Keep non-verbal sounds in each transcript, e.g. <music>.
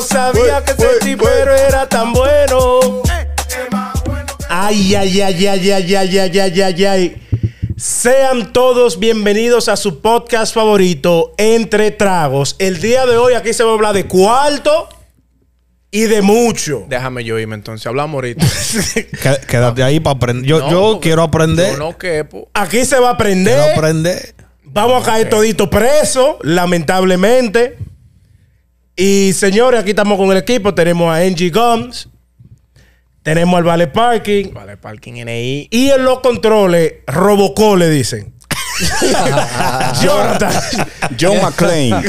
sabía que ese chipero era tan bueno. Ay, ay, ay, ay, ay, ay, ay, ay, ay, ay. Sean todos bienvenidos a su podcast favorito, Entre Tragos. El día de hoy aquí se va a hablar de cuarto y de mucho. Déjame yo irme entonces, <laughs> hablamos ahorita. Qué- Quédate ahí para aprender. Yo, yo quiero aprender. Yo no quepo. Aquí se va a aprender. Quiero aprender. Vamos a caer todito preso, lamentablemente. Y señores, aquí estamos con el equipo. Tenemos a Angie Gums. Tenemos al Vale Parking. Vale, parking NI. Y en los controles, Robocó le dicen. Jonathan. <laughs> John <laughs> McClane.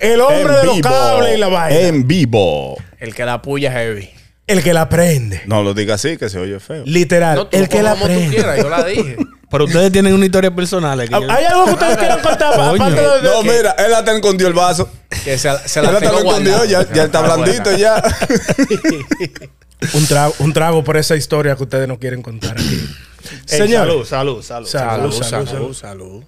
El hombre de los cables y la vaina. En vivo. El que la puya heavy. El que la prende. No lo diga así, que se oye feo. Literal. No, tú el que pon la como tú prende. quieras, yo <laughs> la dije. Pero ustedes tienen una historia personal aquí. ¿Hay algo que ustedes quieran contar? Coño. Aparte de, de- No, mira, él hasta escondió el vaso. Que se, se Él la hasta tengo lo escondió, guardada. Ah, ya, ya está blandito ya. un, trago, un trago por esa historia que ustedes no quieren contar aquí. Señor. Salud, salud, salud. Salud, Salud, salud, salud, salud. salud.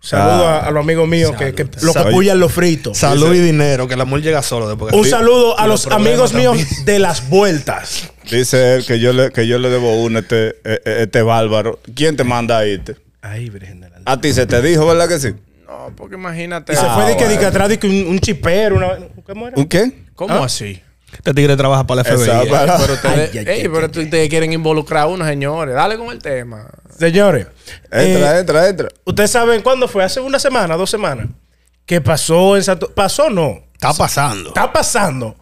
Saludo a, a los amigos míos que, que lo que Salud. pullan los fritos. Salud y dinero, que el amor llega solo después. que- Un saludo a Y los problemas amigos míos también. de las vueltas. <laughs> Dice él que yo le, que yo le debo uno a este, eh, eh, este bárbaro. ¿Quién te manda a irte? Ay, Virgen de la A ti se te dijo, ¿verdad que sí? No, porque imagínate. Y se Ah, fue de que, de que bueno. atrás de que un, un chipero, una, ¿cómo era? ¿Un qué? ¿Cómo así? Este tigre trabaja para la FBI. Esa eh. para- Pero ¿Ah? ustedes, <laughs> ay, ay, ey, ay, pero tú- ustedes quieren involucrar a uno, señores. Dale con el tema. Señores, Entra, eh, entra, entra. ustedes saben cuándo fue, hace una semana, dos semanas, que pasó en Santo... Pasó no, Está pasando. está pasando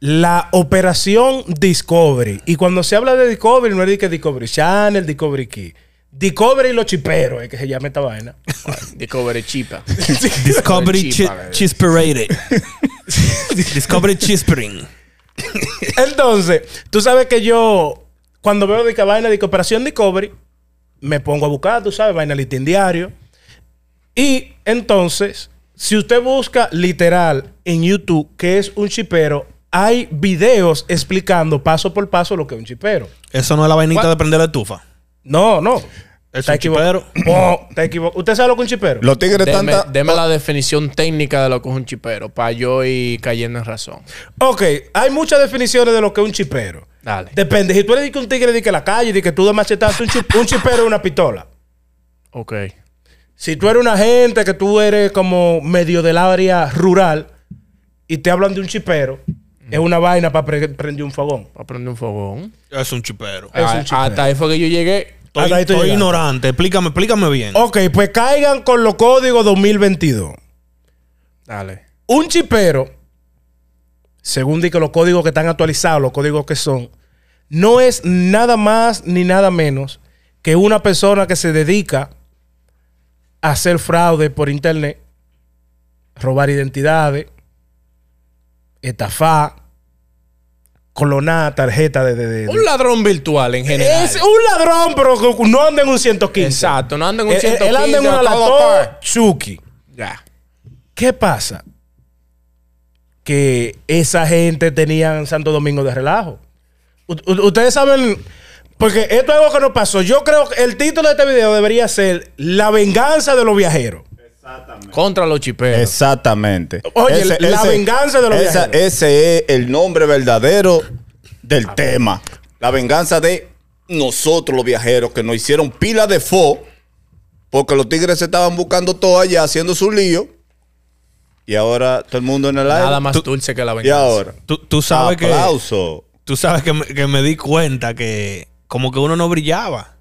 la operación Discovery. Y cuando se habla de Discovery, no es de que Discovery Channel, Discovery Key. Discovery y los chiperos, es que se llama esta vaina. <laughs> Discovery Chipa. Discovery Chipa, chi- eh. Chisperated. <laughs> Discovery Chispering. Entonces, tú sabes que yo, cuando veo de que vaina de que operación Discovery, me pongo a buscar, tú sabes, vaina listín diario. Y entonces, si usted busca literal en YouTube, que es un chipero, hay videos explicando paso por paso lo que es un chipero. Eso no es la vainita ¿Cuál? de prender la estufa. No, no. Es Está <coughs> un equivocado. Está equivocado. ¿Usted sabe lo que es un chipero? Los tigres están... Deme, tan- deme la definición técnica de lo que es un chipero para yo ir cayendo en razón. Ok, hay muchas definiciones de lo que es un chipero. Dale. Depende. Si tú eres de que un tigre de que la calle, de que tú de machetazo, un, chip- un chipero es una pistola. Ok. Si tú eres una gente que tú eres como medio del área rural y te hablan de un chipero, es una vaina para pre- prender un fogón. Para prender un fogón. Es un chipero. Es un Ah, chipero. hasta ahí fue que yo llegué. Estoy, Hasta ahí estoy estoy llegando. ignorante. Explícame, explícame bien. Oh. Ok, pues caigan con los códigos 2022. Dale. Un chipero, según di que los códigos que están actualizados, los códigos que son, no es nada más ni nada menos que una persona que se dedica a hacer fraude por internet, robar identidades, estafar, clonar tarjeta de... de- de- de- Un ladrón virtual en general. Es un ladrón, pero que no anda en un 115. Exacto, no anda en un Él- él- 115. Él anda en una acabo de Latoa pagar. Chucky. Ya. ¿Qué pasa? Que esa gente tenían Santo Domingo de relajo. U- u- ustedes saben, porque esto es algo que nos pasó. Yo creo que el título de este video debería ser La venganza de los viajeros. Contra los chiperos. Exactamente. Oye, la venganza de los esa- viajeros. Ese es el nombre verdadero del tema. La venganza de nosotros los viajeros que nos hicieron pila de fo porque los tigres se estaban buscando todo allá haciendo su lío y ahora todo el mundo en el aire. Nada más Tú- dulce que la Y venganza. ahora. Tú, tú sabes que... Aplauso. Tú sabes que me, que me di cuenta que como que uno no brillaba.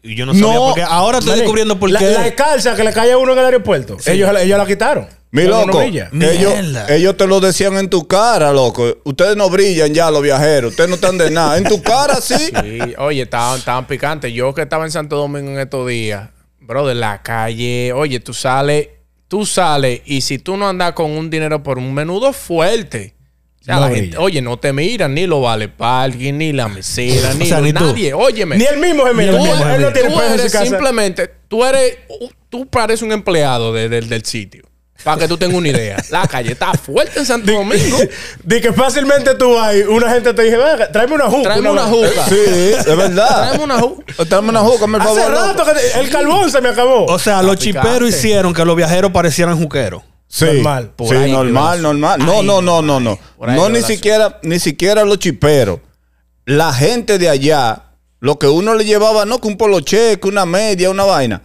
Y yo no sabía por qué. Ahora estoy Manín, descubriendo por la, qué. La escalza que le cae a uno en el aeropuerto. Ellos, la- ellos la quitaron. Mi Porque no loco, brilla. ellos, Mierda. ellos te lo decían en tu cara, loco. Ustedes no brillan ya, los viajeros. Ustedes no están de nada. En tu cara <laughs> sí. Sí, oye, estaban, estaban picantes. Yo que estaba en Santo Domingo en estos días, bro, de la calle. Oye, tú sales, tú sales y si tú no andas con un dinero por un menudo fuerte. O sea, No la brilla. gente, oye, no te miran ni lo vale parking, ni la <laughs> mesera, ni, O sea, lo- ni tú. nadie. Óyeme. Ni el mismo gemelo. Tú, Él mismo no gemelo. tiene tú peso en su eres casa. simplemente, tú eres, tú pareces un empleado de- del- del sitio. Para que tú tengas una idea. La calle está fuerte en Santo Domingo. De que fácilmente tú vas y una gente te dice, "Venga, tráeme <laughs> una juca. Tráeme una juca. Sí, es verdad. Tráeme una ju- Tráeme una juca, me Hace favor. loco. rato que te- el carbón se me acabó. o sea, los picante. chiperos hicieron que los viajeros parecieran juqueros. Sí, Normal. Por sí, ahí, normal, Dios. normal. No, Ay, no, no, no, no. Por ahí, no ni Dios. siquiera, ni siquiera los chiperos. La gente de allá, lo que uno le llevaba, no que un poloche, que una media, una vaina.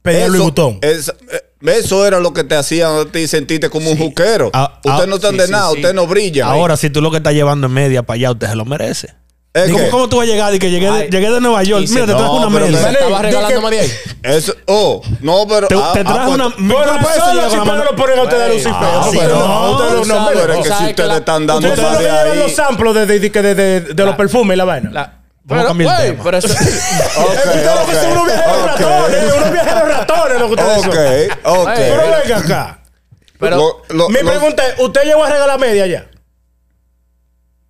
Pedía Luis Butón. es- eh, eso era lo que te hacía a ti sentirte como un juquero. Ah, ah, usted no está sí, de sí, nada, sí. usted no brilla. Ahora, si tú lo que estás llevando es media para allá, usted se lo merece. Es Digo, que- ¿Cómo tú vas a llegar? Digo, llegué, de- Ay. llegué de Nueva York. Y se- Mira, te no, trajo una pero media. me- Estaba Di que- regalándome de ahí. Eso, oh, no, pero. Te, ah, te ah, trajo pues- una. Por una eso pesadilla los con la chiperos mano- lo ponen a ustedes a Güey. lucir Ah, feo. sí, pero no, no, ustedes tú los sabes, pero nombres. es que ¿sabes si que ustedes la- están dando Ustedes más no de llevan ahí. los samples de, de, de, de- de- de los perfumes y la vaina. Eh, La- Vamos a Pero, cambiar el güey, tema. pero eso- <laughs> Ok, Ustedes lo que son unos viajeros ok, ratones, unos viajeros ratones lo que ustedes ok, son. ok. Pero venga acá. pero- Lo- lo- Mi lo- pregunta es, ¿usted llegó a regalar media ya?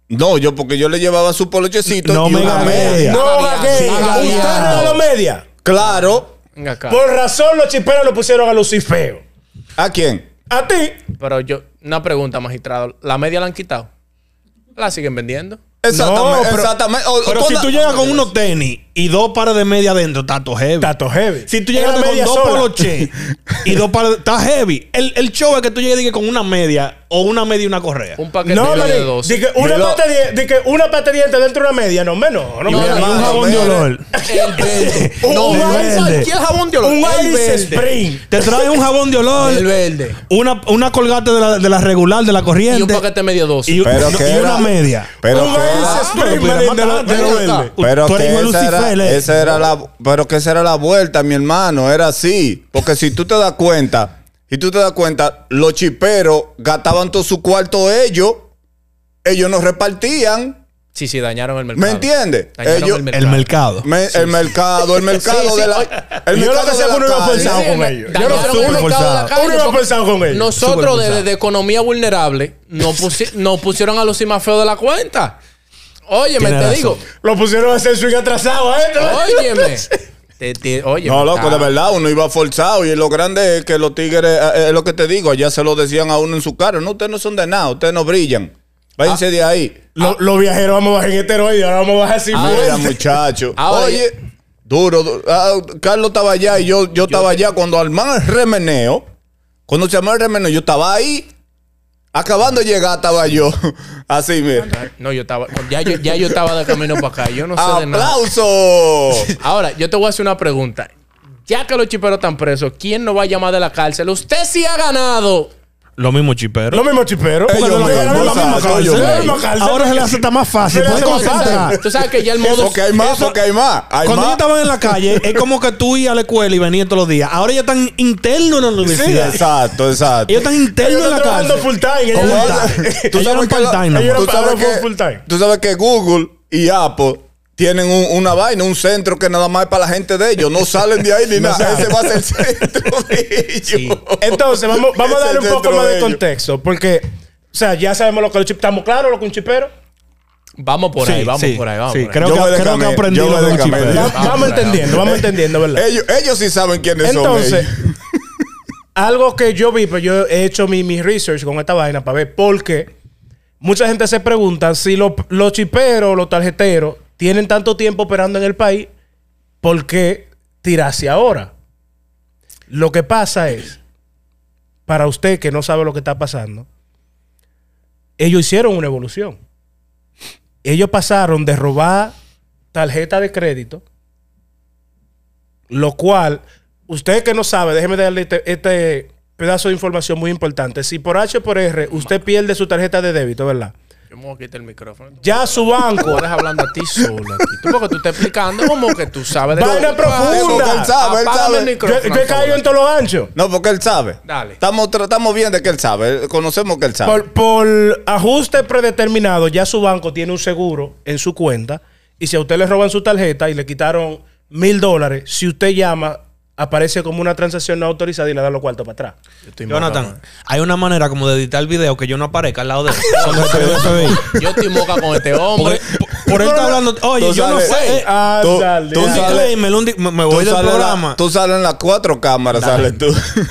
No, yo porque yo le llevaba su polochecito No y me una gagué. media. No, No, había, Gagué. sí, había. ¿Usted regaló media? Claro. venga acá. Por razón los chiperos lo pusieron a lucir feo. ¿A quién? A ti, Pero yo, una pregunta, magistrado. ¿La media la han quitado? ¿La siguen vendiendo? Exactamente. pero- exactamente. O- Pero o si na- tú llegas con unos tenis y dos pares de media adentro, está todo heavy. Tato Heavy. Si tú Era llegas con media dos sola. poloche y dos pares, está heavy. El, el show es que tú llegues diga, con una media o una media y una correa. Un paquete No, de Marín, dos. di que una Mira. pata de, di que una pata de diente dentro de una media, no menos. No, No, menos. no, Y un hermano, jabón de mira. olor. El verde. <laughs> Un- No, un no es verde. cualquier jabón de olor. Un el Iris verde. Spring. Te trae un jabón de <laughs> El olor, verde. una, una colgate de la, de la regular, de la corriente. Y un paquete medio dos. y, Pero no, que y era- una media. Pero un que Iris era- Spring, pero Marín, de lo- mata- de lo venga acá. verde. Pero Tú que eres hijo de esa era, Lucifer, eh. esa era la, pero que esa era la vuelta, mi hermano, era así. Porque si tú te das cuenta, si tú te das cuenta, los chiperos gastaban todo su cuarto ellos, ellos nos repartían, Sí, sí, dañaron el mercado. ¿me entiendes? Dañaron Ellos- el El mercado. mercado. Me- el <laughs> mercado, el mercado Sí, sí. de la, el Yo lo mercado que sé de es que la uno iba calle. forzado con ellos. Yo no Dañaron súper el mercado de la forzado. calle Uno iba porque pensado con ellos. Nosotros, Súper desde forzado. de economía vulnerable, nos, pusi- nos pusieron a los más feos de la cuenta. Óyeme, Tiene te razón. digo. Lo pusieron a hacer swing atrasado, <laughs> ¿eh? Óyeme. Te- te- óyeme, No, loco, está- de verdad, uno iba forzado y lo grande es que los tigres, eh, eh, es lo que te digo, allá se lo decían a uno en su cara, no, ustedes no son de nada, ustedes no brillan, Ah. váyanse de ahí. Lo- Los viajeros vamos a bajar en esteroide, ahora vamos a bajar Ah, sin Mira, muerte. muchacho. Ahora- Oye, duro. du- ah, Carlos estaba allá y yo, yo estaba allá. Cuando armaron el remeneo, cuando se armó el remeneo, yo estaba ahí. Acabando de llegar estaba yo. <laughs> Así, mira. No, yo estaba. Ya yo, ya yo estaba de camino para acá. Yo no sé de nada. <laughs> ¡Aplauso! Ahora, yo te voy a hacer una pregunta. Ya que los chiperos están presos, ¿quién no va a llamar de la cárcel? Usted sí ha ganado. Lo mismo chipero. Lo mismo chipero. Ellos Pero me- era la Exacto, misma cárcel, ellos era la me- misma cárcel. Ahora se le hace está más fácil. Se le Puedes hace más concentrar. Tú sabes que ya el modo. Porque hay más, porque hay más. Hay Cuando más. yo estaba en la calle, es como que tú ibas a la escuela y venías todos los días. Ahora ya están internos en la Sí, universidad. exacto, exacto. Ellos están Ellos internos en están la trabajando cárcel. full time. ellos Full Como no ahora- están- time. tú Ellos sabes eran que la- part-time, tú ellos eran sabes part-time, que- full time. Tú sabes que Google y Apple tienen un- una vaina, un centro que nada más es para la gente de ellos. No salen de ahí ni nada. Ese va a ser el centro de ellos. <laughs> Entonces, vamos, vamos a darle Ese un poco centro más de ellos. contexto, porque, o sea, ya sabemos lo que los chip estamos claros, lo que un chipero. Vamos por ahí, vamos por ahí, vamos. sí. por ahí. Creo, Yo voy que, de creo que cameo, aprendí yo lo voy de de un cameo. chipero. Va- vamos entendiendo, vamos entendiendo, ¿verdad? Ellos, ellos sí saben quiénes son. Entonces, ellos. <laughs> algo que yo vi, pero yo he hecho mi, mi research con esta vaina para ver por qué mucha gente se pregunta si lo- los chiperos, los tarjeteros, tienen tanto tiempo operando en el país, ¿por qué tirarse ahora? Lo que pasa es, para usted que no sabe lo que está pasando, ellos hicieron una evolución. Ellos pasaron de robar tarjeta de crédito, lo cual, usted que no sabe, déjeme darle este, este pedazo de información muy importante. Si por H o por R usted pierde su tarjeta de débito, ¿verdad? Yo me voy a quitar el micrófono. Ya su <laughs> Tú banco. eres hablando a ti solo aquí. Tú porque tú estás explicando como que tú sabes Vaina lo- profunda. Apágame Él sabe, él sabe. el yo, micrófono, yo he caído en por todos los anchos. No, porque él sabe. Dale. Estamos, tra- estamos bien de que él sabe. Conocemos que él sabe. Por, por ajuste predeterminado, ya su banco tiene un seguro en su cuenta. Y si a usted le roban su tarjeta y le quitaron mil dólares, si usted llama, aparece como una transacción no autorizada y le da los cuartos para atrás. favor. Yo estoy moca, Jonathan, man. hay una manera como de editar el video que yo no aparezca al lado de él. Cuando se te ve el FBI. Yo estoy moca con este hombre. Porque- por- Por él está hablando. Oye, Tú yo no sales- sé. eh, Ah, Tú- sale. tú Un sales- disclaimer, un di- me me tú voy del sales la- programa. tú sales en las cuatro cámaras, sales tú.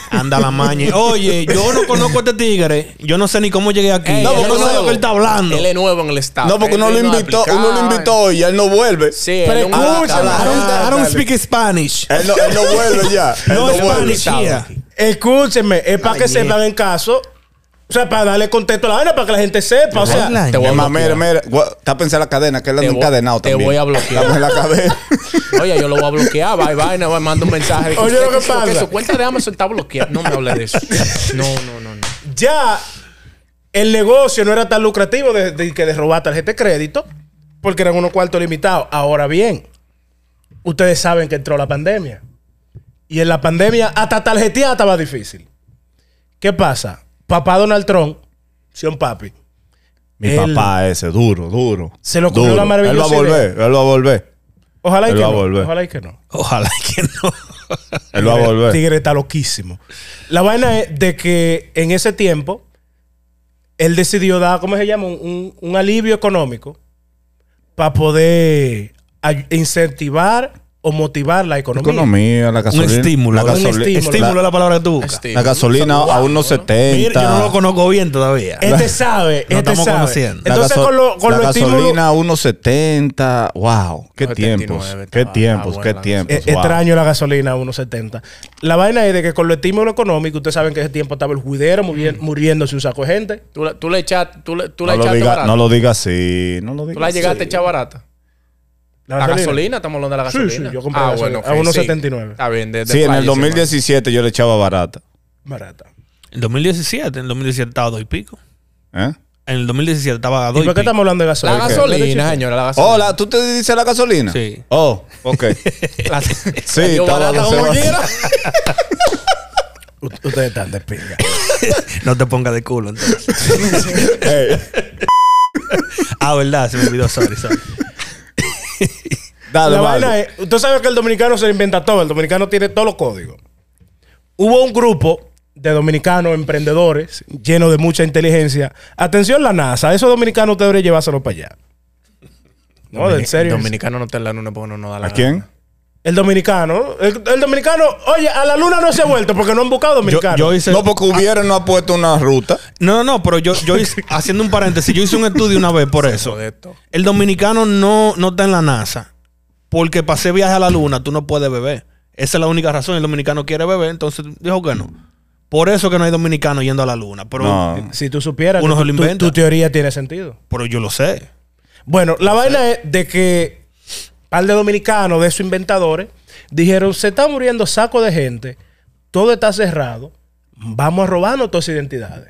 Anda la maña. Oye, yo no conozco a este tigre. Yo no sé ni cómo llegué aquí. Ey, no, él yo es no sé de lo nuevo. que él está hablando. Él es nuevo en el estado. No, porque uno lo invitó, uno lo invitó y él no vuelve. Sí, él es un- escúchame, a la- a la- I don't, I don't dale. speak Spanish. <laughs> Él no, él no vuelve ya. Él No no vuelve. Spanish here. Escúcheme, es para que Ay, sepan en caso. O sea, para darle contexto a la vaina, para que la gente sepa. O sea, Online. te voy a Es más, mira, bloquear. mira, gua- está pensando en la cadena, que él Te anda voy- encadenado te también. voy a bloquear. Estamos en la cadena. Oye, yo lo voy a bloquear. Bye, bye. No, mando un mensaje. Oye, lo que Su- pasa. Su cuenta de Amazon está bloqueada. No me hable de eso. No, no, no, no. ya el negocio no era tan lucrativo de, de que de robar tarjeta de crédito, porque eran unos cuartos limitados. Ahora bien, ustedes saben que entró la pandemia. Y en la pandemia hasta tarjetear estaba difícil. ¿Qué pasa? Papá Donald Trump, Sion Papi, Mi Él- papá ese, duro, duro. Se le ocurrió Duro. la maravillosa Él va a volver, él va a volver. ojalá y Él que va a no, volver. ojalá y que no. Ojalá que no. Él va a El volver. tigre está loquísimo. La vaina es de que en ese tiempo él decidió dar, ¿cómo se llama? Un, un- un alivio económico para poder ay- incentivar o motivar la economía. Economía, la gasolina. estímulo, La un gasolina, estímulo. Estímulo es la palabra que tú buscas. Este, La gasolina a unos 70. Mira, yo no lo conozco bien todavía. Este sabe, No este estamos sabe. conociendo. La Entonces gaso- con lo, con la lo estímulo- gasolina a unos 70. Wow, qué 79 tiempos, estaba- qué estaba tiempos, buena qué la tiempos. Eh, wow. Extraño la gasolina a 1.70. La vaina es de que con lo estímulo económico, ustedes saben que ese tiempo estaba el juidero muri- Mm. muriéndose un saco de gente. Tú, la- tú le echaste, tú le, tú la No lo, echaste diga, barata. no lo diga así, no lo diga tú la llegaste a echar barata. La gasolina, estamos hablando de la Sí, gasolina. sí, yo compré gasolina. ok, A sí. 1.79. Está bien. de- de Sí, en playa, el sí, 2017 yo le echaba barata. Barata. En 2017, en 2017 estaba a dos y pico. ¿Eh? En el 2017 estaba a ¿Y dos y, por qué pico. estamos hablando de La gasolina? gasolina, señora, la gasolina. Hola, ¿tú te dices la gasolina? Sí. Oh, <laughs> ok. La- Sí, la dio estaba barata como gasolina. <laughs> quiera. U- Ustedes están de <laughs> pinga. No te pongas de culo entonces. Ey, ah, verdad, se me olvidó, sorry, sorry. dale, la vale. vaina es, usted sabe que el dominicano se lo inventa todo, el dominicano tiene todos los códigos. Hubo un grupo de dominicanos emprendedores llenos de mucha inteligencia. Atención la NASA, esos dominicanos usted debería llevárselo para allá. No, Domini- en serio. Dominicano no está en la luna porque no nos da la ¿A quién? El dominicano, el, el dominicano, oye, a la luna no se ha vuelto porque no han buscado Yo, dominicanos. yo hice. No, porque hubieran no ha puesto una ruta. No, no, no, pero yo, yo hice, haciendo un paréntesis, yo hice un estudio una vez por eso. de esto. El dominicano no, no está en la NASA. Porque para hacer viaje a la luna tú no puedes beber. Esa es la única razón. El dominicano quiere beber, entonces dijo que no. Por eso que no hay dominicano yendo a la luna. Pero, No. si tú supieras, Uno tu- se lo tu- inventa. tu teoría tiene sentido. pero yo lo sé. Bueno, la vaina es de que un par de dominicanos, de esos inventadores, dijeron, se está muriendo saco de gente, todo está cerrado, vamos a robarnos todas esas identidades.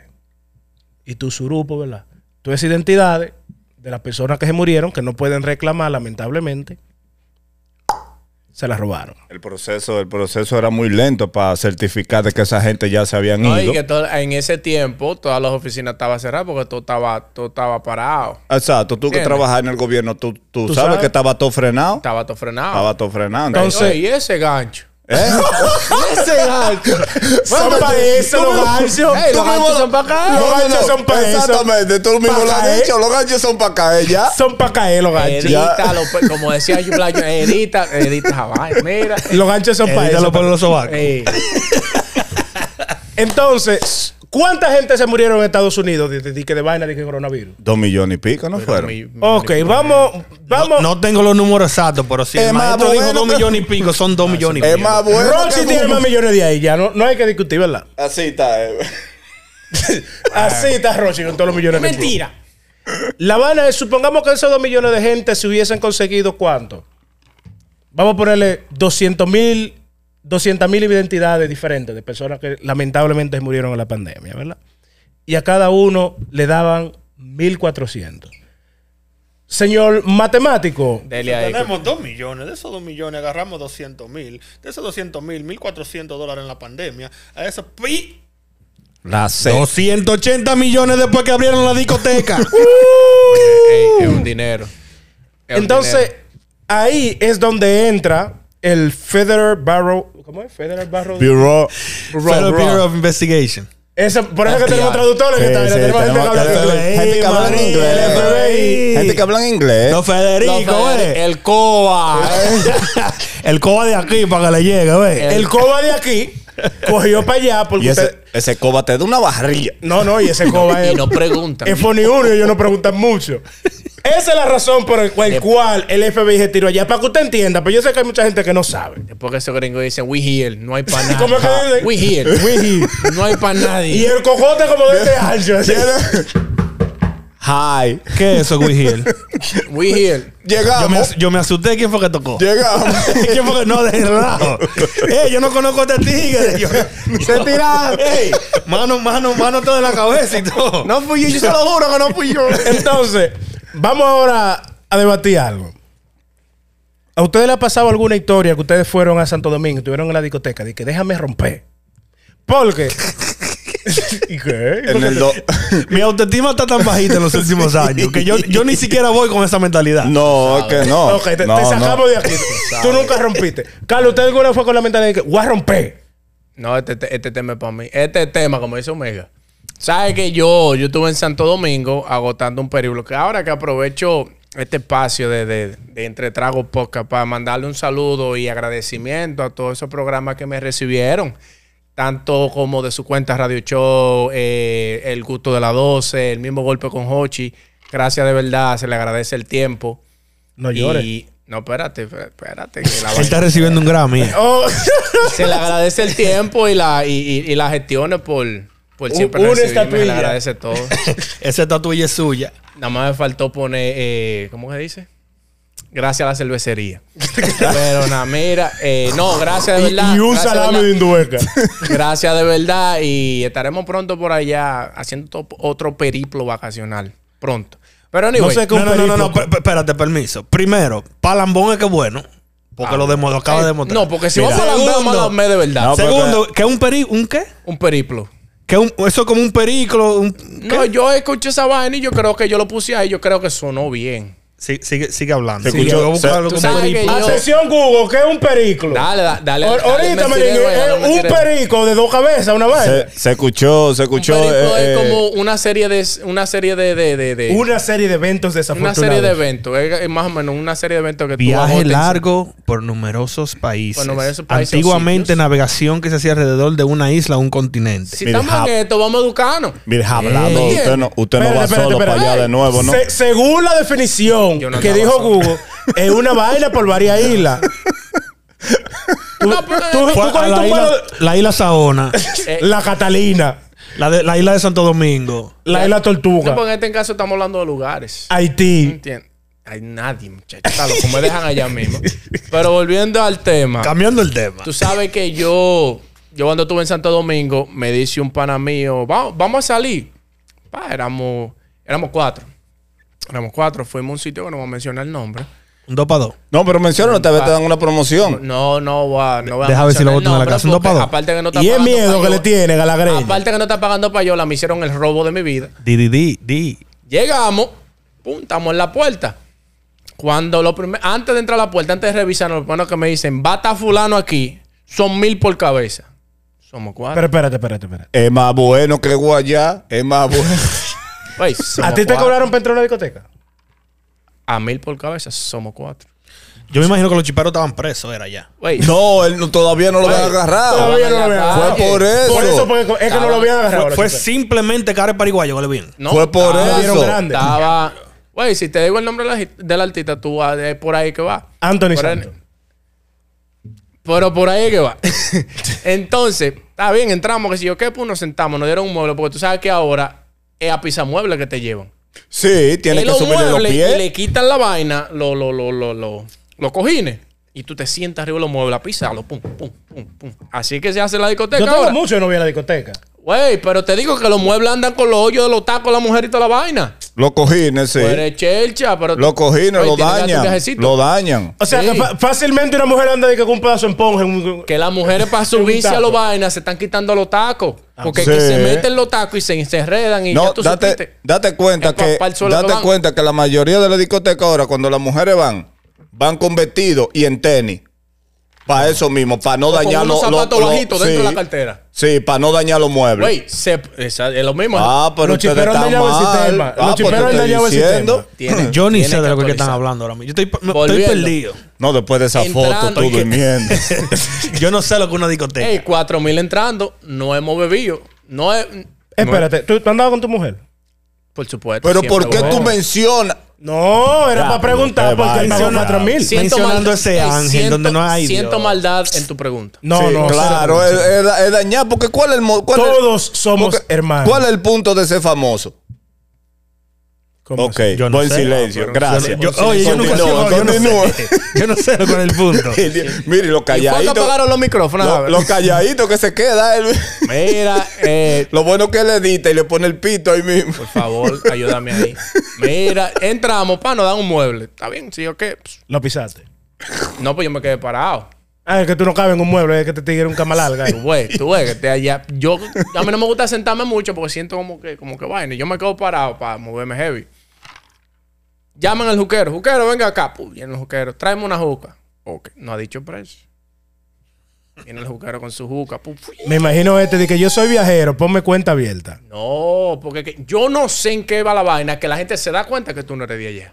Y tu surupo, ¿verdad? Todas esas identidades de las personas que se murieron, que no pueden reclamar, lamentablemente, se las robaron. El proceso, el proceso era muy lento para certificar de que esa gente ya se habían No, y ido. que todo- en ese tiempo todas las oficinas estaban cerradas porque todo estaba, todo estaba parado. Exacto, tú que Entiendo. trabajas en el gobierno, tú, tú Tú sabes, sabes. que estaba todo frenado. Estaba todo frenado. Estaba todo frenado. Entonces- Oye, y ese gancho. ese gancho. Son Bueno, pa' eso tú los mismo- ganchos. Ey, tú mismo los ganchos lo- son pa' acá. No, Los no, ganchos no. son pa' eso. Exactamente, tú mismo Pa' lo has caer. dicho. Los ganchos son para caer ya. Son para caer los ganchos. Edítalo, pues, como decía yo, Blayo, edita, edita esa vaina. Mira. Los ganchos son para eso. Edítalo por los sobacos. Eh, Ey, Entonces, ¿cuánta gente se murieron en Estados Unidos de, de- de que de vaina de que coronavirus? Dos millones y pico, ¿no fueron? mi- mi- Ok, vamos, vamos. No tengo los números exactos, pero si Es el Eh, más maestro dijo bueno dos que- millones y pico, son Ah, dos millones y Es pico. más bueno. Rochi que- tiene más millones de ahí, ya no, no hay que discutir, ¿verdad? Así está. eh. Así está Rochi con todos los millones que Mentira. tiene. La Habana, es, supongamos que esos dos millones de gente se hubiesen conseguido cuánto. Vamos a ponerle 200 mil, 200 mil identidades diferentes de personas que lamentablemente murieron en la pandemia, ¿verdad? Y a cada uno le daban 1400. Señor matemático, Dele ahí. pues. Tenemos 2 millones, de esos 2 millones agarramos 200 mil, de esos 200 mil, 1400 dólares en la pandemia, a esos pi, La C. 280 millones después que abrieron <laughs> la discoteca. Ey, es un dinero. Es Uh. un Entonces, dinero. ahí es donde entra el Federal Barrow. ¿Cómo es? Federal Barrow. Bureau. Federal Bureau of Investigation. Esa- por eso es que FBI. tenemos traductores que Sí, están sí, tenemos gente que tenemos- habla tenemos inglés. gente que habla en María, inglés. el FBI. Gente que habla en inglés. No, Federico, Los Feder- eh. el COA. El coba de aquí para que le llegue, ve. El coba de aquí cogió para allá porque y ese, usted- ese coba te da una barrilla. <laughs> No, no, y ese coba Y es. no preguntan. Es funny uno, ellos no preguntan mucho. Esa es la razón por el cual, el cual el FBI se tiró allá. Para que usted entienda, pero yo sé que hay mucha gente que no sabe. Después que esos gringos dicen, we here, no hay para ¿Y <laughs> cómo es que nadie. dicen? We here, <laughs> no hay para Y nadie. el cojote como de <laughs> este ancho. así. Hi. ¿Qué es eso, Will Hill? We here. Yo me, Llegamos. as- yo me asusté. ¿Quién fue que tocó? Llegamos. <laughs> ¿Quién fue que no? De relajo. Eh, yo no conozco a este tigre. Yo- se tiraron. Ey, mano, mano, mano toda en la cabeza y todo. No fui yo, yo se lo juro que no fui yo. <laughs> Entonces, vamos ahora a debatir algo. ¿A ustedes les ha pasado alguna historia que ustedes fueron a Santo Domingo y estuvieron en la discoteca? De que déjame romper. Porque. <laughs> ¿Y qué? ¿Y por En qué el te- do- <laughs> Mi autoestima está tan bajita en los últimos años que yo, yo ni siquiera voy con esa mentalidad. No, es que no. Ok, te, te No, no. sacamos de aquí. Tú nunca rompiste. Carlos, ¿usted alguna vez fue con la mentalidad de que voy a romper? No, este, te- este tema es para mí. Este tema, como dice Omega. ¿Sabes que yo, yo estuve en Santo Domingo agotando un periplo? Que ahora que aprovecho este espacio de, de, de Entre Tragos Podcast para mandarle un saludo y agradecimiento a todos esos programas que me recibieron. Tanto como de su cuenta Radio Show, eh, El Gusto de la 12, El mismo Golpe con Hochi. Gracias de verdad, se le agradece el tiempo. No llores. Y, no, espérate, espérate. Que la Él está recibiendo un <laughs> Grammy. eh. Oh, se le agradece el tiempo y, la, y, y- y las gestiones por, por Un- siempre una recibirme. Se le estatuilla. agradece todo. Esa tatuilla es suya. Nada más me faltó poner, eh, ¿cómo se dice? Gracias a la cervecería. Pero nada, mira, eh, no, gracias de verdad. y un gracias de salami de verdad. <laughs> indueca. Gracias de verdad y estaremos pronto por allá haciendo to- otro periplo vacacional. Pronto. Pero anyway, No sé qué- No, Un no, no, no, no, perico. pe- pe- espérate, permiso. Primero, Palambón es que es bueno. Porque lo, demo- lo acaba de demostrar. Ah. Eh, no, porque si Mira. vamos a la vamos a la Segundo, de verdad. No, pero- segundo, ¿qué es un perico? ¿Un qué? un periplo. Que un- eso es como un periclo. un- No, yo escuché esa vaina y yo creo que yo lo puse ahí. Yo creo que sonó bien. Sí, sigue, sigue hablando. Se Sí, escuchó- yo voy a buscar se- algo tú con sabes perico. que yo- Atención, Google, que es un periclo. Dale, da- dale. Ahor- dale, Ahorita, me me tiré, güey, dale, es me un tiré. perico de dos cabezas, una vaina. Se, se escuchó, se Un escuchó. perico eh, es eh, como una serie de. Una serie de. de, de- de- Una serie de eventos una desafortunados. serie de eventos. Es es más o menos una serie de eventos que tú Viaje agotas. largo por numerosos países. Por numerosos países o Antiguamente sitios. navegación que se hacía alrededor de una isla o un continente. Si Mira, estamos en ja- esto, vamos a educarnos. Virgen hablando, Ey. usted no, usted no Espérate, va espérate, solo para espérate. allá de nuevo, ¿no? Se- según la definición Yo no que andaba dijo solo. Google, es una vaina por varias islas. Tú, <laughs> No, pero- tú- tú Fue a cogiste la, un isla, vuelo la isla Saona, <laughs> Eh. de- la Catalina, la, de- la isla de Santo Domingo. la isla Tortuga, Eh. No, porque Mm, en este caso estamos hablando de lugares. Haití. ¿Entiendes? Hay nadie, muchachos. Está loco, me dejan allá mismo. Pero volviendo al tema. Cambiando el tema. Tú sabes que yo, yo cuando estuve en Santo Domingo, me dice un pana mío, vamos, vamos a salir. Pa, éramos, éramos cuatro. Éramos cuatro, fuimos a un sitio que no vamos a mencionar el nombre. Un 2 para 2. No, pero menciona, tal vez te dan una promoción. No, no, va, no voy a Deja ver si mencionar lo botan a la el nombre casa. Un porque dopado. Aparte que no está Y el pagando miedo que payola- le tienen a la greña. Aparte que no está pagando payola, me hicieron el robo de mi vida. Di, di, di, di. Llegamos, pum, estamos en la puerta. Cuando lo primer, antes de entrar a la puerta, antes de revisar, lo primero que me dicen, bata fulano aquí, son mil por cabeza. Somos cuatro. Pero espérate, espérate, espérate. Es más bueno que Guayá, es más bueno. <laughs> Ey, somos ¿A ti te cuatro. cobraron para entrar a una discoteca? A mil por cabeza somos cuatro. Yo me imagino que los chiperos estaban presos, era ya. Wey, No, él no- todavía no lo Ey. había agarrado. Todavía no lo Ah, habían Fue oye, por eso. Por eso, porque es que no lo habían agarrado. Fue, la fue chica. simplemente cara de pariguayo, vale bien. no, Fue por estaba- lo vieron eso. grande. Estaba. Güey, si te digo el nombre de la, gi- del artista, tú vas de por ahí que va. Anthony Por ahí- Santos. Pero por ahí que va. <laughs> Entonces, está bien, entramos, que si yo qué, pues nos sentamos, nos dieron un mueble, porque tú sabes que ahora es a pisamueble que te llevan. Sí, tiene Y que los subirle los muebles, Y pies. le quitan la vaina, los lo, lo, lo, lo- los cojines. Y tú te sientas arriba de los muebles, a pisarlo, pum, pum, pum, pum. Así que se hace la discoteca. Yo tengo ahora. mucho que no voy a la discoteca. Güey, pero te digo que los muebles andan con los hoyos de los tacos, la mujer y toda la vaina. Los cojines, sí. Tú eres chelcha, pero. Los cojines Güey, lo tienes que darte un dañan. viajecito. Lo dañan. O sea, Sí. que fa- fácilmente una mujer anda de que con un pedazo en ponja. en un- Que las mujeres para subirse <laughs> a los vainas se están quitando los tacos. Porque es que Ah, sí. se meten los tacos y se enredan y No, ya tú date, supiste. date cuenta Es pa- que pa el suelo que date van. cuenta que la mayoría de las discotecas ahora, cuando las mujeres van, van con vestido y en tenis. Para eso mismo, para no O con dañar los unos zapatos bajitos dentro de la cartera. Sí, para no dañar los muebles. Güey, se- esa- es lo mismo. <clears throat> Ah, pero Los ustedes chiperos han están dañado el mal. sistema. Ah, Los pues te chiperos han estoy dañado el diciendo. sistema. Tienen- Yo ni tienen sé de lo que actualizar. están hablando ahora mismo. Yo estoy, me- estoy Volviendo. perdido. No, después de esa foto, Entrando. tú <laughs> durmiendo. Yo no sé lo que es una discoteca. Ey, 4000 entrando, no hemos bebido. No es. no es- Espérate, ¿tú, tú andabas con tu mujer? por supuesto. Pero siempre ¿por qué bebo. tú mencionas? No, Ya, era eh, para preguntar te porque él vas, pagó te vas. 4 mil. Sí. Mencionando ese eh, ángel donde no hay Siento Dios. maldad en tu pregunta. No, Sí, no, claro, cero. es, es da- es dañar, porque ¿cuál es el mo- cuál es- Todos somos porque- hermanos. ¿Cuál es el punto de ser famoso? ¿Cómo Ok, así? Yo no buen sé. silencio, gracias. Yo, oye, yo nunca sé, Continúa, yo no continúa. sé. Yo no sé con el punto. <laughs> El día- <laughs> Mire, lo ¿Y fue que calladito. apagaron los micrófonos? A Lo, ver. lo calladito que se queda. él- Mira, eh, lo bueno que él edita y le pone el pito ahí mismo. por favor, ayúdame ahí. Mira, entramos, pa, nos dan un mueble. Está bien, sí, o qué. Pues, Lo pisaste. No, pues yo me quedé parado. Ah, es que tú no cabes en un mueble, es que te tigre un cama larga. Tú ves, tú ves que te allá. Yo, a mí no me gusta sentarme mucho porque siento como que, como que vaina. Yo me quedo parado para moverme heavy. Llaman al juquero. Juquero, venga acá. Pum, viene el juquero. Tráeme una juca. Ok, no ha dicho precio. Viene el juquero con su juca. Pum, pum. Me imagino este de que yo soy viajero, ponme cuenta abierta. No, porque que- yo no sé en qué va la vaina, que la gente se da cuenta que tú no eres de allá.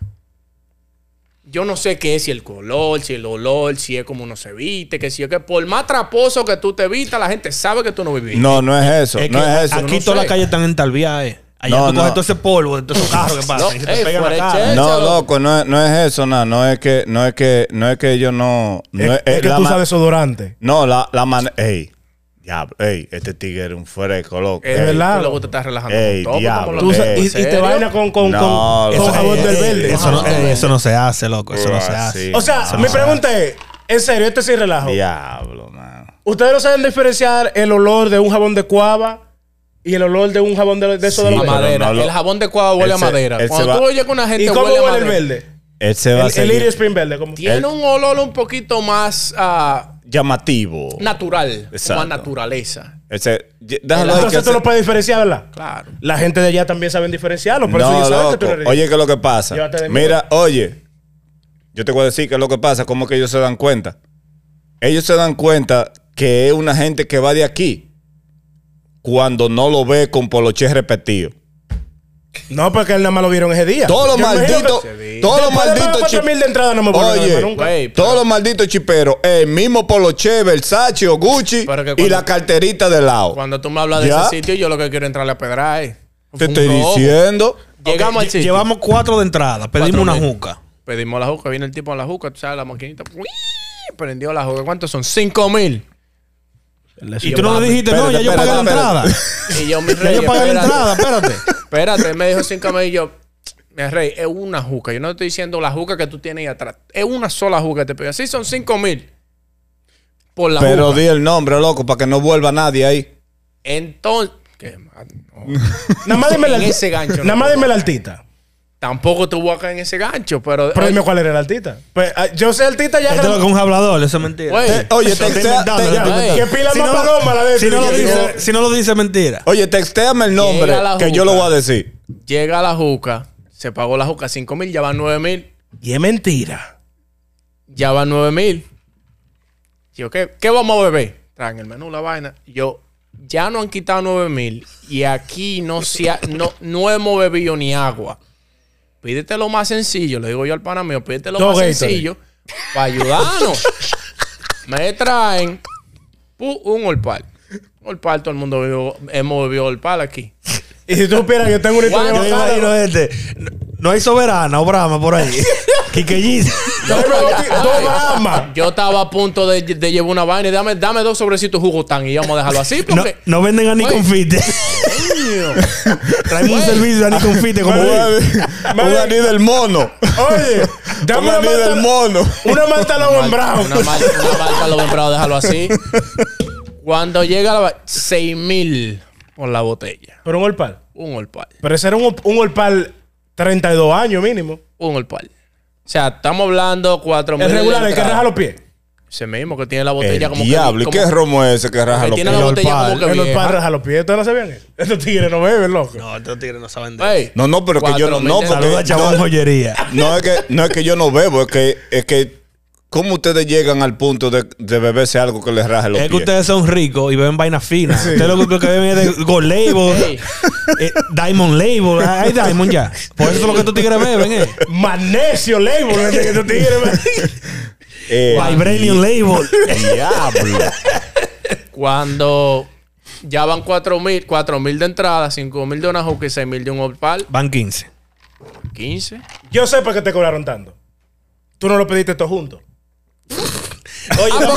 Yo no sé qué es, si el color, si el olor, si es como uno se viste, que si es que por más traposo que tú te vistas, la gente sabe que tú no vivís. No, no es eso. Es no que es eso. Aquí no todas sé. las calles están en tal viaje. Allá No, tú no. coges todo ese polvo, todos esos <laughs> carros que pasan. y se te ey, pegan eh, fuera la de cara. chel. No, Échalo. loco, no, es- no es eso, nada. No es que, no es que, no es que yo no. no eh, es, es que la tú ma- sabes desodorante. No, la, la man. Ey, diablo, ey, este tigre es un fresco, loco. Es Ey, verdad. verdad. Luego te estás relajando. Ey, con todo, diablo. como lo- Tú Eh, sa- y, y ¿en te serio? vaina con, con, No, con, loco, con jabón ey, del ey, verde. Eso no, Ah, eh, eso no se hace, loco. Eso no se Ah, sí. hace. o sea, eso mi pregunta es, en serio, este sí relajo. Diablo, mano. ¿Ustedes no saben diferenciar el olor de un jabón de cuava y el olor de un jabón de, de eso de Sí, A los pero madera. no lo- el jabón de cuava huele a Él se- madera. él se Cuando va- tú oyes que una ¿Y gente cómo huele a huele el madera, verde? Él se va a El, el seguir iris spring verde. ¿cómo? tiene Él- un olor un poquito más ah, llamativo. natural, Exacto. más naturaleza. Él se- ye- déjalo ahí que Entonces tú se- lo puedes diferenciar, ¿verdad? Claro. La gente de allá también saben diferenciarlo, por eso No, ellos saben que tú loco. no eres. Oye, ¿qué es lo que pasa? Llévate de mí, Mira, oye. Yo te voy a decir qué es lo que pasa, cómo es que ellos se dan cuenta. Ellos se dan cuenta que es una gente que va de aquí cuando no lo ve con poloches repetidos. No, porque él nada más lo vieron ese día. Todos los Yo imagino malditos, que- todos los Después de pagar malditos cuatro mil de chiperos. entrada no me vuelven a ver nunca. güey, Oye, todos los malditos chiperos, el mismo Poloche, Versace o Gucci Pero que y cuando- la carterita de lado. Cuando tú me hablas de ¿Ya? ese sitio, yo lo que quiero es entrarle a pedrar es. Te Fue un estoy robo. diciendo. Llegamos Ok, al sitio. Llevamos cuatro de entrada. Pedimos una mil. juca. Pedimos la juca, viene el tipo a la juca, tú sabes, la maquinita. ¡uii! Prendió la juca. ¿Cuántos son? Cinco mil. Y tú no le dijiste, no, espérate, ya yo espérate, pagué la espérate. entrada. Y yo, mi Ya rey, yo pagué espérate. la entrada, espérate. Espérate, él me dijo cinco mil y yo, mi rey, es una juca. Yo no te estoy diciendo la juca que tú tienes ahí atrás. Es una sola juca que te pido. Así son cinco mil. Por la Pero juca. di el nombre, loco, para que no vuelva nadie ahí. Entonces. Qué mal, no. Nada más dime la En ese gancho no Nada más puedo. dime la altita. Tampoco te voy a caer en ese gancho, pero. Pero Oye, dime cuál era el altita. Pues, ah, yo sé altita ya. <laughs> Esto que- es lo que un hablador, eso es mentira. Güey. Te- oye, Estoy textea- inventando, te- lo estoy Ey. Que pila Si más no- paloma la de Si no, lo Enrique, dice, si no lo dice, mentira. Oye, textéame el nombre Llega la que yo lo juca. voy a decir. Llega la juca, se pagó la juca cinco mil, ya van nueve mil, Y es mentira. ya van nueve mil. Yo, ¿qué, ¿qué vamos a beber? Traen el menú, la vaina. Yo, ya no han quitado nueve mil y aquí no, se ha- no, no hemos bebido ni agua. Pídete lo más sencillo, le digo yo al pana mío, pídete lo Dos más Gatorade. sencillo para ayudarnos. Me traen pu, un olpal. Olpal, todo el mundo bebió- hemos bebido olpal aquí. Y si tú supieras que yo tengo una historia Guau, Yo me bacana. imagino este. no- No hay soberana o brahma <laughs> por ahí. Quiquellita. Yo me metí Dos Bahamas. <laughs> Yo estaba a punto de, de llevar una vaina y dame, dame dos sobrecitos jugotán y vamos a dejarlo así No, porque... no venden a ni Güey. confite. <laughs> Traemos un servicio a ni confite como Un <laughs> hoy. ani- un anillo del mono. Oye, dame Un una anillo del malta. mono. Una malta Logan Brown. Ah, Una marca, una marca lo comprado, <laughs> déjalo así. Cuando llega la... va- Seis mil por la botella. Pero un olpal. Un olpal. Pero ese era un, un olpal 32 años mínimo. Un olpal. O sea, estamos hablando cuatro mil... El regular, de el que entrada. raja los pies. Ese mismo que tiene la botella El como diablo, ¿y que... qué romo es ese que raja que los tiene pies? la botella olpal. como que El vieja. olpal raja los pies. ¿Ustedes no sabían eso? <laughs> Estos tigres no beben, loco. No, estos tigres no saben Ey, No, no, pero que yo no- no, 4.000 de porque- Saluda, chabón, joyería. No es que, no es que yo no bebo, es que, es que ¿cómo ustedes llegan al punto de, de beberse algo que les raje los Es que pies? ustedes son ricos y beben vainas finas. Ustedes lo que, lo que beben es de Gold Label, Ey. eh, Diamond Label. Ah, Hay Diamond ya. Por eso es lo que estos tigres beben, ¿eh? Magnesio label. este que estos tigres beben. Eh, Vibranium Label. diablo. Cuando ya van cuatro mil, cuatro mil de entrada, cinco mil de una juca y seis mil de un opal, Van 15. 15. Yo sé por qué te cobraron tanto. Tú no lo pediste todo junto. Oye, no,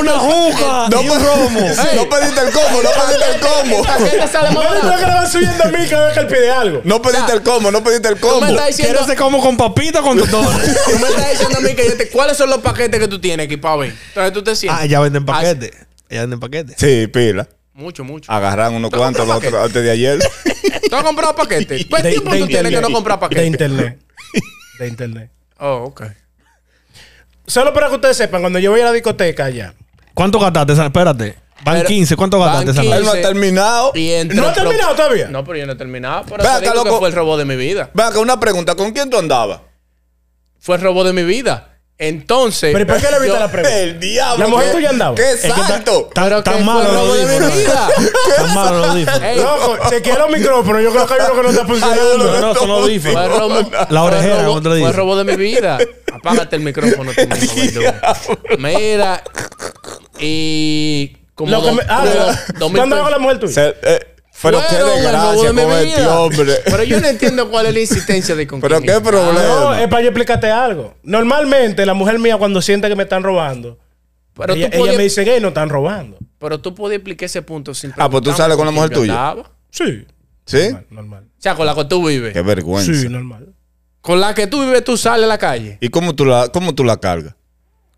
Una juca y un romo. <laughs> No pediste el combo, no pediste el combo. Esta sale más Pero tú barata. que le van subiendo mil cada vez que él pide algo. No pediste el combo, no pediste el Tú me combo. estás diciendo, ¿Quieres ese como con papita <laughs> con totones? tú me estás diciendo a mí que yo te- ¿Cuáles son los paquetes que tú tienes aquí, Pavi? Entonces tú te sientes. ah, ya venden paquete. Ya venden paquete. Sí, pila. Mucho, mucho. Agarran unos cuantos los ¿Para qué? otros antes de ayer. ¿Tú has comprado <laughs> paquetes? ¿Cuál Pues tiempo tú tienes que no comprar De paquetes? <laughs> internet. De internet. Oh, ok. Solo para que ustedes sepan, cuando yo voy a la discoteca allá. ¿Cuánto gastaste? San- Espérate. Van Pero- 15. ¿Cuánto van gastaste? San- 15. Él no ha terminado. Y entre ¿No ha otro- terminado todavía? No, pero yo no he terminado. Por Ve eso acá, digo que loco. fue el robot de mi vida. Venga, acá, una pregunta. ¿Con quién tú andabas? Fue el robot de mi vida. Entonces. Pero ¿y por qué le yo- evita la pregunta? El diablo. La mujer qué- tuya andaba. ¡Qué Es que está- salto! está- Pero que Tan fue malo el los robo de mi <laughs> audífonos. vida. Tan malo los audífonos. Ey, Loco, <laughs> chequea los micrófonos. Yo creo que hay uno que no está funcionando. No, no, son audífonos. Fue el robo, fue el orejera, robo- como tú Fue le el dices. robo de mi vida. Apágate el micrófono tú mismo, verdugo. Mira. Y. Como Lo que dos- me- ah, <laughs> como ¿verdad? dos- dos mil ¿Cuándo hago pesos. la mujer tuya? Se- eh, pero qué Fueron el robo desgracia de mi con este vida. hombre. <laughs> Pero yo no entiendo cuál es la insistencia de con Pero quién qué es. Ah, No, problema. es para yo explicarte algo. Normalmente, la mujer mía, cuando siente que me están robando, Pero ella, tú ella podías, me dice que no están robando. pero tú podías explicar ese punto sin Ah, pues tú preguntarme sales con la mujer quién yo tuya. andaba. O Sí. ¿Sí? Normal. normal. sea, con la que tú vives. Qué vergüenza. Sí, normal. Con la que tú vives, tú sales a la calle. ¿Y cómo tú la, cómo tú la cargas?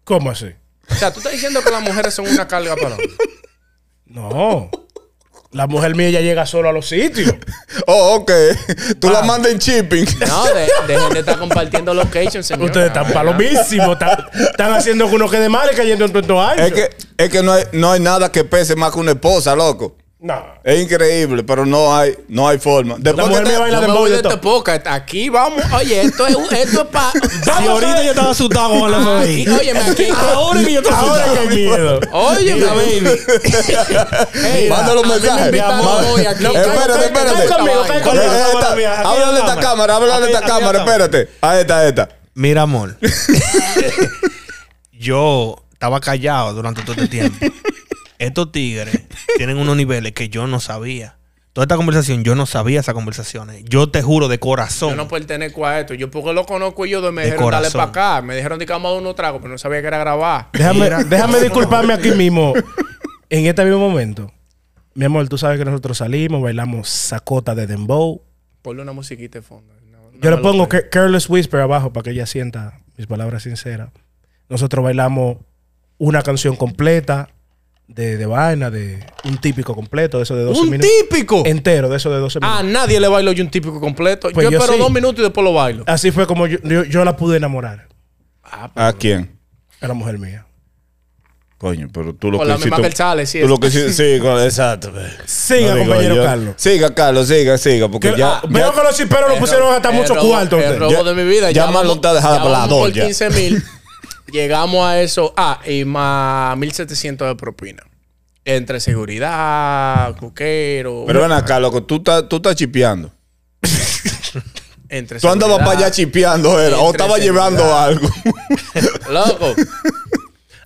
¿Cómo así? O sea, tú estás diciendo que las mujeres son una carga para los <laughs> hombres. No. La mujer mía ya llega solo a los <laughs> sitios. Oh, ok. Tú Ah. la mandas en shipping. No, de- dejen de estar compartiendo locations, señor. Ustedes están palomísimos. están- Están haciendo que uno quede mal y cayendo en tu años. es que, es que no, hay, no hay nada que pese más que una esposa, loco. No. Es increíble, pero no hay, no hay forma. Después mujer que te- me baila No de me voy de de esta todo. poca. Aquí vamos. Oye, esto es, esto es <laughs> para... Si ahorita yo estaba asustado con el FBI. Óyeme, aquí... Ahora que yo estoy Ahora asustado. que hay miedo. Óyeme, baby. <laughs> Ey, Manda a los mí me mensajes. invitaron Mi amor. hoy aquí. Espérate, cállate, espérate. cállate conmigo, cállate Eh, conmigo. eh, cámara esta- mía, aquí Háblale a esta estamos. cámara, háblale a Aquí- esta aquí cámara, estamos. espérate. A esta, a esta. Mira, amor. <laughs> yo estaba callado durante todo este tiempo. Estos tigres tienen unos niveles que yo no sabía. Toda esta conversación, yo no sabía esas conversaciones. Yo te juro de corazón. Yo no pertenezco a esto. Yo porque lo conozco y yo me De dijeron dale para corazón. acá. Me dijeron de que vamos a dar unos tragos, pero no sabía que era grabar. Déjame, déjame disculparme aquí mismo. En este mismo momento. Mi amor, tú sabes que nosotros salimos, bailamos sacota de dembow. Ponle una musiquita de fondo. No, no Yo le me lo pongo creo. Care- Careless Whisper abajo para que ella sienta mis palabras sinceras. Nosotros bailamos una canción completa de, de vaina, de un típico completo, de eso de 12 ¡Un minutos. típico! Ah, Entero, de eso de 12 A minutos. nadie le bailo yo un típico completo. Pues yo, yo espero sí. Ah, dos minutos y después lo bailo. Así fue como yo, yo- yo la pude enamorar Ah, pero- ¿A quién? a la mujer mía. Coño, pero tú lo Con que la misma hiciste- que él sale, sí, Tú lo es. que <laughs> hiciste- sí, con- exacto. Siga, No digo compañero yo. Carlos. Siga, Carlos, siga, siga. Porque Que- ya. ah, veo ya- que los chiperos lo El pusieron a robo- gastar el mucho robo- cuarto. El usted. robo Ya- de mi vida. ya vamos- Marlon está dejada ya para la vamos por dos, ya. 15 mil. Llegamos a eso. Ah, y más 1.700 de propina. Entre seguridad, coquero. Pero ven acá, loco, tú estás, tú estás chipeando. entre Tú andabas para seguridad. allá chipeando, era. O Entre estabas seguridad. llevando <laughs> algo. Loco.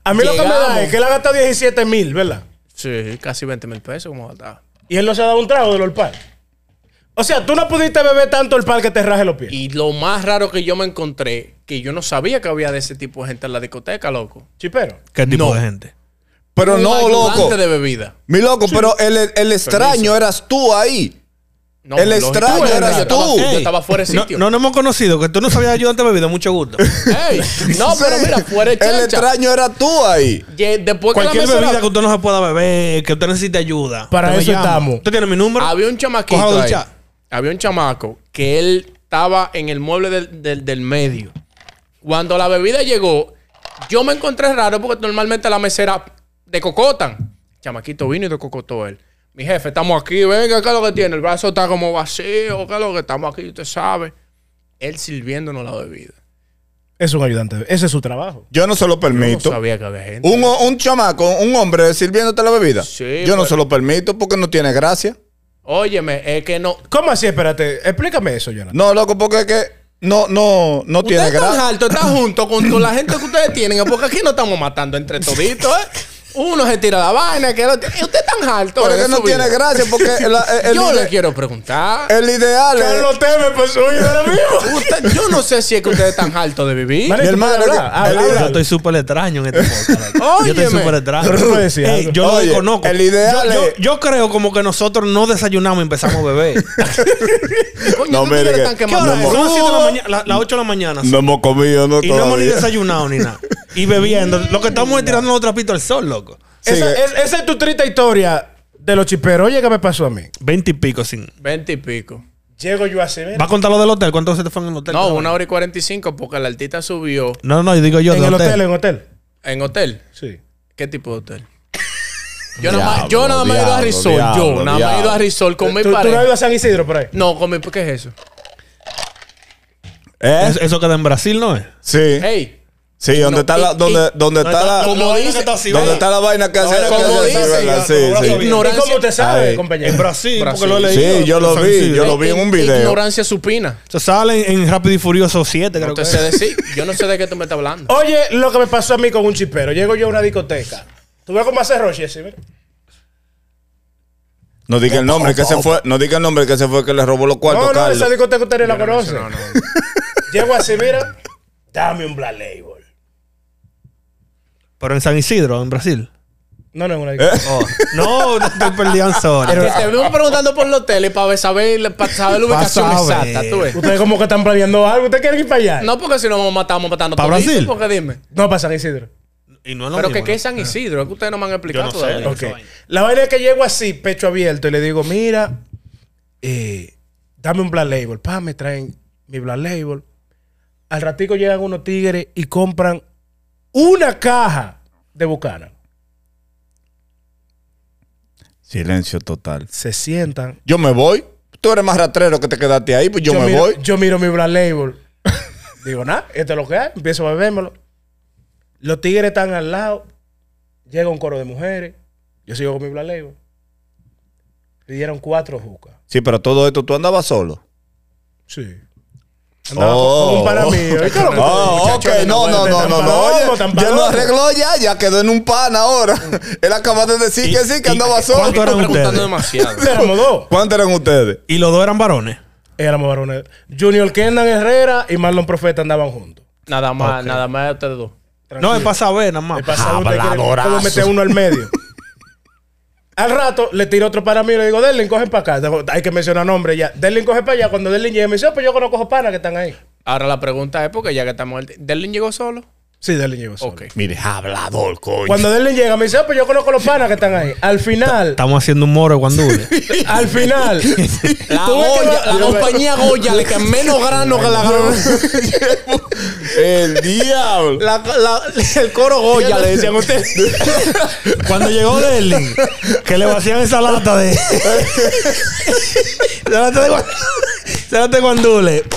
A mí lo que me da Llegamos. es que él ha gastado 17 mil, ¿verdad? Sí, casi 20 mil pesos como gastaba. Y él no se ha dado un trago del olpar. O sea, tú no pudiste beber tanto el que te raje los pies. Y lo más raro que yo me encontré, que yo no sabía que había de ese tipo de gente en la discoteca, loco. Chipero. ¿Qué este tipo No. de gente? Pero Un no, ayudante loco. de bebida. Mi loco, pero el, el extraño eras tú ahí. No, El lógico, extraño yo eras estaba- tú. Yo Ey, estaba fuera de no- sitio. No, nos hemos conocido, que tú no sabías ayudante de bebida, <laughs> mucho gusto. Ey, no, pero <laughs> Sí. mira, fuera de El chancha. extraño era tú ahí. Ye- Después que la Cualquier mesera- bebida que usted no se pueda beber, que usted necesite ayuda. Para usted me eso llama. estamos. ¿Usted tiene mi número? Había un Cójalo chamaquito del ahí. chat. Había un chamaco que él estaba en el mueble del, del- del medio. Cuando la bebida llegó, yo me encontré raro porque normalmente la mesera de cocotan. Chamaquito vino y de cocotó él. Mi jefe, estamos aquí, venga, ¿qué es lo que tiene? El brazo está como vacío, ¿qué es lo que estamos aquí? Usted sabe. Él sirviéndonos la bebida. Es un ayudante. Ese es su trabajo. Yo no se lo No permito. sabía que había gente. Un, un chamaco, un hombre sirviéndote la bebida. Sí, pues. yo no pero- se lo permito porque no tiene gracia. Óyeme, es que no. ¿Cómo así? Espérate. Explícame eso, Jonathan. No, loco, porque es que no, no, no tiene Ustedes están <clears throat> gracia. alto, están junto con, con la gente que ustedes tienen, porque aquí no estamos matando entre toditos, ¿eh? Uno se tira la vaina, que el otro- Eh, usted es tan alto. Pero de que no su tiene vida. gracia porque <laughs> el, el- el Yo le ide- quiero preguntar. el ideal es... Carlos teme por su vida ahora mismo. <laughs> Usted- yo no sé si es que ustedes están altos de vivir. Mari, Mi tú hermano, puedes que- hablar. Habla, el- Yo habla. estoy súper extraño en este podcast. Yo estoy Óyeme. súper extraño. Pero tú puedes decir Ey, algo. yo lo Oye, desconozco. el ideal yo, yo- es- yo creo como que nosotros no desayunamos y empezamos a beber. Coño, No, ¿qué mire ustedes que- están ¿Qué quemando? hora No es? Son hemos- las 7 de la mañana, la- las 8 de la mañana. No hemos comido, ¿no? y no hemos ni Todavía. desayunado ni nada. Y bebiendo. Lo que estamos es tirando los trapitos al sol, loco. Esa, Sigue. es- esa es tu triste historia de los chiperos. Oye, ¿qué me pasó a mí? 20 y pico sin. Veinte y pico. Llego yo a Sevilla. ¿Va a contar lo del hotel? ¿Cuánto se te fue en el hotel? No, una hora y cuarenta y cinco porque la artista subió No, no, yo digo yo. En del el hotel, en hotel. en hotel. Sí. ¿Qué tipo de hotel? Yo nada más, Diablo, yo nada más he ido a diablo, Risol. diablo, yo nada más he ido a diablo. Risol con mi ¿Tú, tú no pareja. ibas a San Isidro por ahí? No, con mi ¿qué es eso? ¿Eh? Eso, eso queda en Brasil, ¿no es? Sí. Hey, Sí, donde No, está y- la... Donde, y- donde está la... como donde dice- ¿Dónde está la vaina que hace? vaina que como hace dice, Cibela? la- Sí, sí. ¿Y ignorancia. cómo te sabe, Ahí. compañero? Brasil, porque lo he Sí, yo lo vi, yo lo vi en un video. Ignorancia supina. Se sale en, en Rápido y Furioso 7, creo No que te es. sé decir. Yo no sé de qué tú me <laughs> estás hablando. Oye, lo que me pasó a mí con un chipero. Llego yo a una discoteca. ¿Tú ves cómo hace Roche ese? mira? No diga el nombre que se fue, no diga el nombre que se fue que le robó los cuartos, No, no, Carlos. <laughs> esa discoteca usted la conoce. No, no, no. <laughs> Llego así, mira. Dame un Black Label. Pero en San Isidro, en Brasil. No, no, es una Eh. discoteca. Oh, <laughs> no, no estoy perdido Que ahora. ah, te veo preguntando por los hoteles para saber, para saber <laughs> la Pa' ubicación saber. exacta, tú ves. Ustedes como que están planeando algo. ¿Ustedes quieren ir para allá? No, porque si no vamos matamos matando ¿Pa' toditos, Brasil? Porque dime. No, para San Isidro. Y no es lo Pero que mismo, qué ¿no? es San Isidro, es que ustedes no me han explicado Yo no sé. todavía. Ok. La vaina es que llego así, pecho abierto, y le digo, mira, eh, dame un Black Label. Pa, me traen mi Black Label. Al ratico llegan unos tigres y compran una caja de Bucana. Silencio total. Se sientan. Yo me voy. Tú eres más rastrero que te quedaste ahí, pues yo, me miro, voy. Yo miro mi Black Label. <laughs> Digo, nada, esto es lo que hay. Empiezo a bebérmelo. Los tigres están al lado. Llega un coro de mujeres. Yo sigo con mi Black Label. Pidieron cuatro jucas. Sí, pero todo esto tú andabas solo. Sí. Andaba Oh. con, con un pana <laughs> mío. ¿Y qué es lo que Oh, ustedes, ok, muchachos, no, no, pueden- no, no, tan no. palomo, Oye, tan ya lo palomo. arregló ya, ya quedó en un pan ahora. <laughs> Él acaba de decir <laughs> que sí, que y- andaba solo. ¿cuánto eran preguntando ustedes? demasiado. Éramos dos. ¿Cuántos eran ustedes? Y los dos eran varones. Éramos varones. Junior Kendan Herrera y Marlon Profeta andaban juntos. Nada más, nada más ustedes dos. No, es para saber, nada más. Le pasa a uno, usted quiere- Ah, Habladorazo. ¿cómo mete uno al medio. Al rato le tiro otro para mí y le digo, Derlin, coge para acá. Hay que mencionar nombre ya. Derlin coge para allá. Cuando Derlin llega, me dice, "Ah, pues yo conozco a panas que están ahí. Ahora la pregunta es porque ya que estamos... el- ¿Derlin llegó solo? Sí, Derlin llegó solo. Ok. Mire, hablador, coño. Cuando Derlin llega, me dice, "Ah, pues yo conozco a los panas que están ahí. Al final, Estamos haciendo un moro de <laughs> guandule. al final. La Tú ves que Goya, va- la compañía Goya, le que menos grano que la El diablo. La, la- el coro Goya le decían ustedes. Cuando llegó Derling, que le vacían esa lata <laughs> de. esa lata de, guan- esa lata de guandule. <laughs>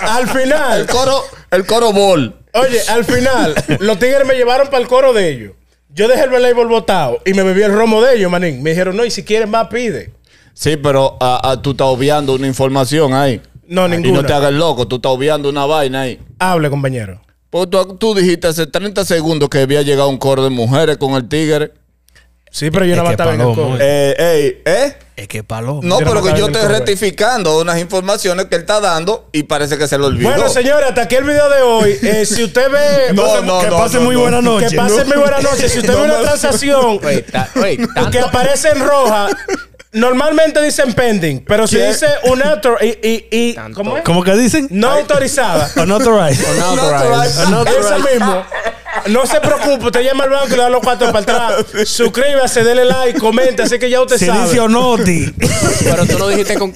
al final. El coro, el coro bol. Oye, al final, los tigres me llevaron para el coro de ellos. Yo dejé el label botado y me bebí el romo de ellos, manín. Me dijeron, no, y si quieres más, pide. Sí, pero ah, ah, tú estás obviando una información ahí. No, Y ninguna. no te hagas loco, tú estás obviando una vaina ahí. Hable, compañero. Porque tú, tú dijiste hace 30 segundos que había llegado un coro de mujeres con el tigre. Sí, pero yo Es no que estaba en el palomo, coro. eh. Eh, ey, ¿eh? Es que palo. No, Yo no pero que estaba yo en el estoy coro, eh. rectificando unas informaciones que él está dando y parece que se le olvidó. Bueno, señores, hasta aquí el video de hoy. Eh, si usted ve. No, Pase- no, que no, pase no, muy no. buena noche. Que Que pase no. muy buena noche. Si usted No, ve una no. transacción Güey, ta- <laughs> güey, que tanto- aparece en roja, normalmente dicen pending, pero si ¿Qué? dice un autor y. y, y- Tanto. ¿Cómo es? ¿Cómo que dicen? No autorizada. <laughs> Unauthorized. <laughs> Unauthorized. Eso mismo. No se preocupe, usted llama al banco y le da los cuatro para atrás. Suscríbase, dele like, comente, así que ya usted Se sabe. dice Onoti. Pero tú no dijiste con...